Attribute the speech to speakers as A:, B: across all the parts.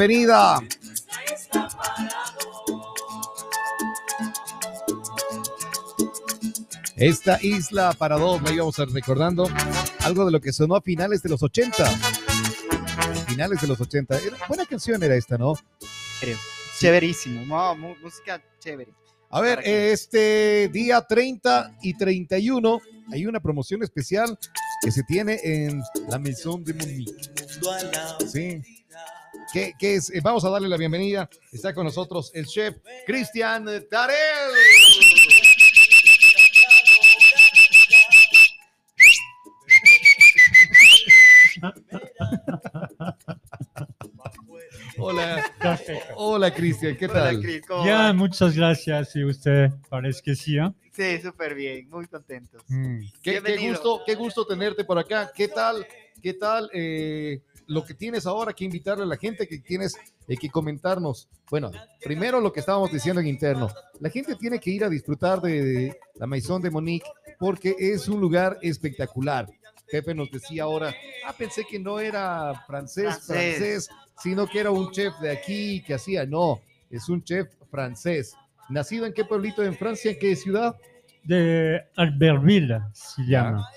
A: bienvenida. Esta isla para dos, me íbamos a estar recordando algo de lo que sonó a finales de los 80. Finales de los 80. Era- buena canción era esta, ¿no?
B: Chéverísimo, no, mu- música chévere.
A: A ver,
B: Para que-
A: este día 30 y 31 hay una promoción especial que se tiene en la Maison de Munich. Sí. ¿Qué, qué es? Eh, Vamos a darle la bienvenida. Está con nosotros el chef Cristian Tarel. Hola, hola Cristian, ¿qué
B: Hola,
A: tal?
B: Cris, ¿cómo
C: Ya,
B: va?
C: muchas gracias. Y usted parece que sí, ¿eh?
B: Sí, súper bien, muy contentos.
C: Mm.
A: Qué, qué
B: Bienvenido.
A: gusto, qué gusto tenerte por acá. ¿Qué tal? ¿Qué tal eh, lo que tienes ahora que invitarle a la gente que tienes eh, que comentarnos? Bueno, primero lo que estábamos diciendo en interno. La gente tiene que ir a disfrutar de, de la Maison de Monique porque es un lugar espectacular. Pepe nos decía ahora, ah, pensé que no era francés,
B: Francés.
A: francés, sino que era un chef de aquí que hacía. No, es un chef francés. ¿Nacido en qué pueblito en Francia? ¿En qué ciudad?
C: De Albertville se llama.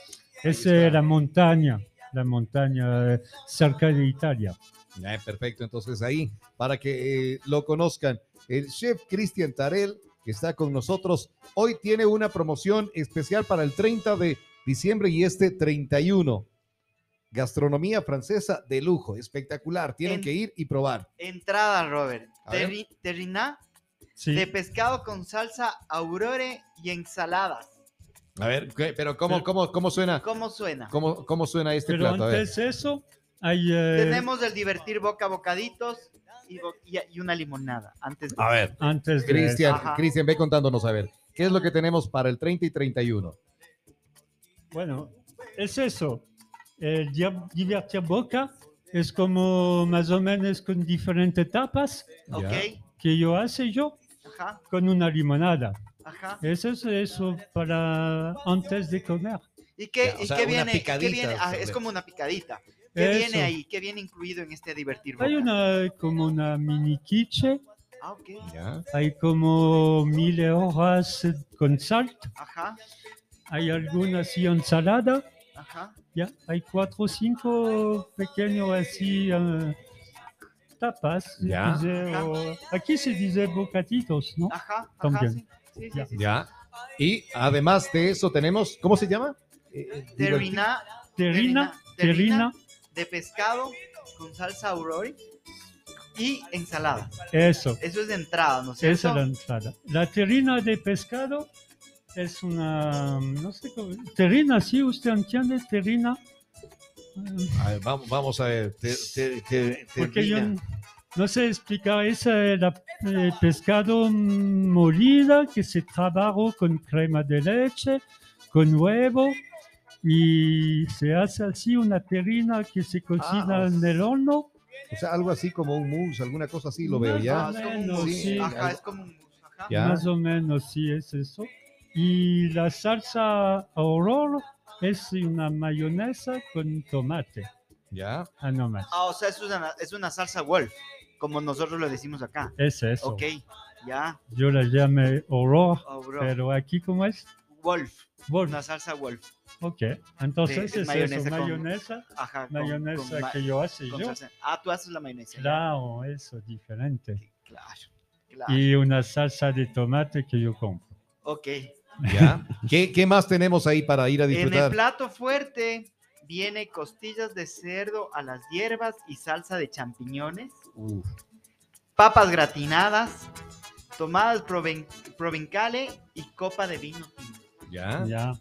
C: Es eh,
A: está.
C: la montaña, la montaña eh, cerca de Italia.
A: Ya, perfecto, entonces ahí, para que eh, lo conozcan, el chef Cristian Tarel, que está con nosotros, hoy tiene una promoción especial para el 30 de diciembre y este 31. Gastronomía francesa de lujo, espectacular, tienen
B: En-
A: que ir y probar.
B: Entrada, Robert.
A: A ver.
B: Terri- terriná
C: Sí.
B: de pescado con salsa aurore y ensaladas.
A: A ver, ¿qué? pero ¿cómo,
C: Pero-
A: cómo, cómo suena?
B: ¿Cómo suena?
A: ¿Cómo, cómo suena este
C: Pero
A: plato? A ver.
C: antes de eso, hay... eh,
B: Tenemos el divertir boca a bocaditos y, bo- y- y una limonada. Antes de-
A: A ver,
C: Antes de
A: Cristian,
B: Ajá.
A: Cristian, ve contándonos, a ver, ¿qué es lo que tenemos para el 30 y 31?
C: Bueno, es eso. El dia- divertir boca es como más o menos con diferentes tapas
B: ¿Ok?
C: que yo hace yo
B: Ajá,
C: con una limonada.
B: ajá.
C: Eso es eso para antes de comer.
B: ¿Y qué,
A: Ya, o
B: y
A: sea,
B: qué
A: una
B: viene? ¿Qué
A: picadita,
B: viene? Ah, es
A: sobre-
B: como una picadita. ¿Qué
C: Eso.
B: viene ahí? ¿Qué viene incluido en este divertir boca?
C: Hay una como una mini quiche,
B: Ah, ok.
A: Ya.
C: hay como mil hojas con sal,
B: Ajá,
C: hay alguna así ensalada,
B: ajá.
C: ya, hay cuatro o cinco pequeños así eh, tapas. se
A: Ya.
C: dice, o- aquí se dice bocaditos, ¿no?
B: Ajá, ajá,
C: También.
B: sí. Sí, sí,
C: Ya.
B: sí, sí.
A: Ya. Y además de eso tenemos, ¿cómo se llama? Eh, eh, divertido.
B: Terriná
C: Terrina,
B: terrina
C: terrina,
B: de pescado con salsa aurori y ensalada.
C: eso.
B: Eso es de entrada, ¿no es cierto?
C: Esa es la entrada. La terrina de pescado es una, no sé cómo, terrina, sí, usted entiende, terrina. Eh,
A: A ver, vamos, vamos a ver. Te- te- te-
C: Porque yo
A: termina.
C: no sé explicar, es eh, la eh, pescado molida que se trabajó con crema de leche, con huevo y se hace así una terrina que se cocina
A: Ah.
C: en el horno.
A: O sea, algo así como un mousse, alguna cosa así, lo veo
B: Ah,
A: ya.
B: es como un
C: Bueno,
B: mousse.
C: sí.
B: Ajá, es como un mousse, ajá.
A: Ya.
C: Más o menos, sí, es eso. Y la salsa horror es una mayonesa con tomate.
A: Ya.
C: Ah, no más.
B: Ah, o sea, es una, es una salsa Wolf, como nosotros lo decimos acá.
C: Es eso.
B: Ok, ya,
C: Yo la llamé horror,
B: auror.
C: pero aquí, ¿cómo es?
B: Wolf,
C: Bueno,
B: una salsa Wolf.
C: ok. Entonces
B: Sí,
C: es
B: mayonesa
C: mayonesa
B: con-
C: mayonesa,
B: Ajá, con-
C: mayonesa
B: con ma-
C: que yo hace
B: con
C: yo.
B: salsa. Ah, tú haces la mayonesa. ya.
C: Claro, eso, diferente.
B: Claro, claro.
C: Y una salsa de tomate que yo compro.
B: Ok.
A: Ya. ¿Qué, qué más tenemos ahí para ir a
B: En el
A: disfrutar?
B: plato fuerte viene costillas de cerdo a las hierbas y salsa de champiñones,
A: Uf,
B: papas gratinadas, tomadas proven- provencale y copa de vino tinto. Ah.
A: ya.
C: Ya.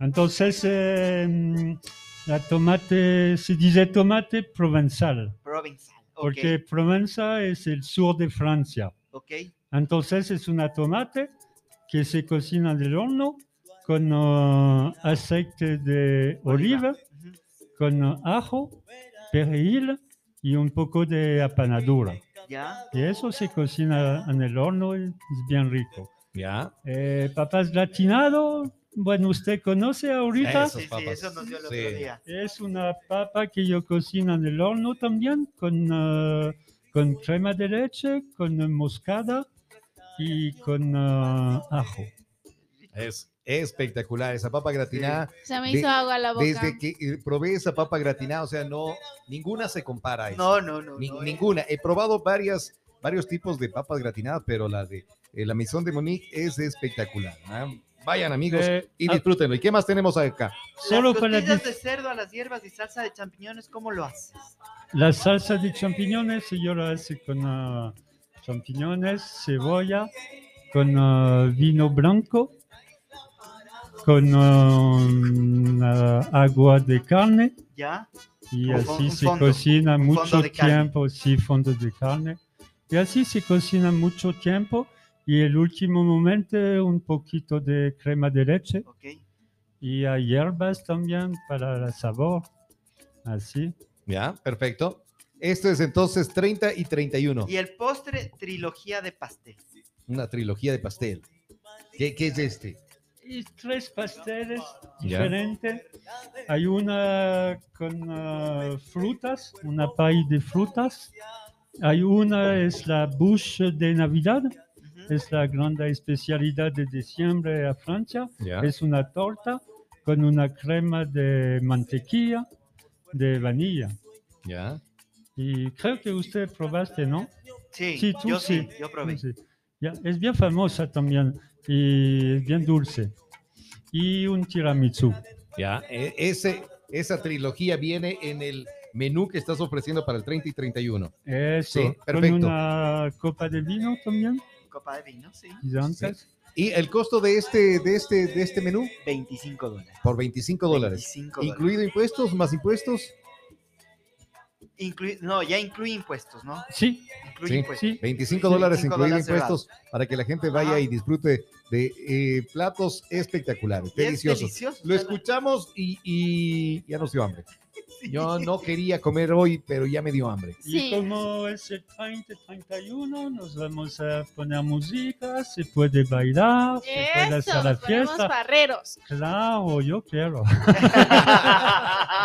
C: Entonces, eh, la tomate, se dice tomate provenzal,
B: Provenzal. Ok.
C: porque Provenza es el sur de Francia.
B: ok.
C: Entonces es una tomate que se cocina en el horno con eh, aceite de oliva,
B: Ujú.
C: con eh, ajo, perejil y un poco de apanadura.
B: Ya.
C: Y eso se cocina en el horno y es bien rico.
A: Ya.
C: Eh, papas gratinado, bueno, usted conoce
A: Eso.
C: ahorita.
A: Esas
B: Sí, sí,
A: papas.
B: eso nos dio el
A: Sí.
B: otro día.
C: Es una papa que yo cocino en el horno también con eh, con crema de leche, con moscada y con ah, ajo.
A: Es espectacular esa papa gratinada.
D: Se me
A: De-
D: hizo agua la boca.
A: Desde que eh, probé esa papa gratinada, o sea, no, ninguna se compara a esa.
B: No, no, no.
A: Ni-
B: no, eh.
A: ninguna. He probado varias, varios tipos de papas gratinadas, pero la de eh, la misión de Monique es espectacular. ¿ah? Vayan amigos
C: Eh,
A: y
C: ah,
A: disfrútenlo. ¿Y qué más tenemos acá?
C: solo
B: Las
C: para
B: costillas
C: dis-
B: de cerdo a las hierbas y salsa de champiñones, ¿cómo lo haces?
C: la salsa de champiñones, yo la hago con ah, champiñones, cebolla, con ah, vino blanco, con ah, ah, agua de carne
B: ¿Ya?
C: y
B: Un fo-
C: así
B: un
C: se
B: fondo,
C: cocina
B: un fondo
C: mucho
B: de carne.
C: tiempo, sí, fondo de carne. Y así se cocina mucho tiempo y el último momento un poquito de crema de leche
B: Ok.
C: y hay hierbas también para el sabor. Así.
A: Ya, perfecto. Esto es entonces 30 y 31,
B: Y el postre, trilogía de pastel.
A: una trilogía de pastel. ¿Qué, qué es este?
C: Y tres pasteles
A: Ya.
C: diferentes. Hay una con ah, frutas, una pay de frutas. Hay una es la bouche de Navidad.
B: Ujú.
C: Es la gran especialidad de diciembre a Francia.
A: Ya.
C: Es una torta con una crema de mantequilla, de vanilla.
A: ya.
C: Y creo que usted probaste, ¿no?
B: Sí,
C: Sí, tú
B: yo
C: sí.
B: sí, yo probé.
C: Sí. Ya, es bien famosa también y es bien dulce. Y un tiramisú.
A: Ya. E- Ese, esa trilogía viene en el menú que estás ofreciendo para el 30 y 31.
C: Eso.
A: Sí,
C: con
A: perfecto.
C: una copa de vino también.
B: Copa de vino, sí.
C: y antes.
A: ¿Y el costo de este, de este, de este menú?
B: 25 dólares.
A: Por 25 dólares.
B: 25 dólares.
A: Incluido impuestos, más impuestos.
B: Inclui- no, ya incluye impuestos, ¿no?
C: Sí,
B: Incluye
A: Sí.
B: impuestos.
C: sí.
A: 25 dólares
B: 25
A: incluido
B: dólares se va.
A: impuestos para que la gente vaya
B: Ajá.
A: y disfrute de eh, platos espectaculares,
B: Y es
A: deliciosos.
B: delicioso.
A: Lo
B: o sea,
A: escuchamos y, y ya nos dio hambre.
B: sí.
A: Yo no quería comer hoy, pero ya me dio hambre.
D: Sí.
C: Y como es el 30, 31, nos vamos a poner música, se puede bailar, se puede
D: Eso,
C: hacer la
D: nos ponemos
C: fiesta.
D: barreros.
C: Claro, yo quiero.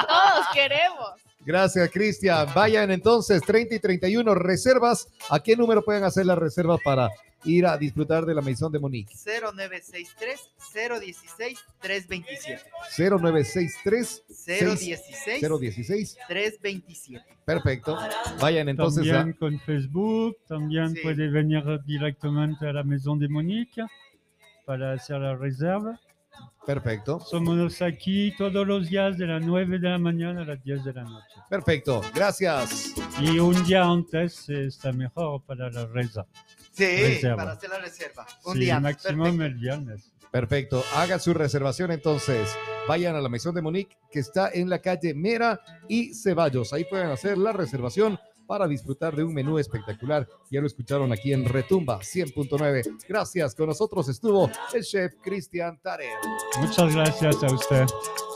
D: Todos queremos.
A: Gracias, Cristian. Vayan entonces, 30 y 31, reservas. ¿A qué número pueden hacer las reservas para ir a disfrutar de la Maison de Monique?
B: 0963 016 327.
A: 0963
B: 016
A: 016.
B: 327.
A: Perfecto. Vayan entonces ah. a
C: también con Facebook, también
B: Sí.
C: puede venir directamente a la Maison de Monique para hacer la reserva.
A: Perfecto.
C: Somos aquí todos los días de las 9 de la mañana a las 10 de la noche.
A: Perfecto. Gracias.
C: Y un día antes eh, está mejor para la reza.
B: Sí,
C: Reserva.
B: para hacer la reserva. Un
C: Sí,
B: día. antes,
C: máximo
B: perfecto.
C: el viernes.
A: Perfecto. Hagan su reservación entonces. Vayan a la Maison de Monique, que está en la calle Mera y Ceballos. Ahí pueden hacer la reservación para disfrutar de un menú espectacular. Ya lo escucharon aquí en Retumba 100.9. Gracias. Con nosotros estuvo el chef Cristian Tarel.
C: Muchas gracias a usted.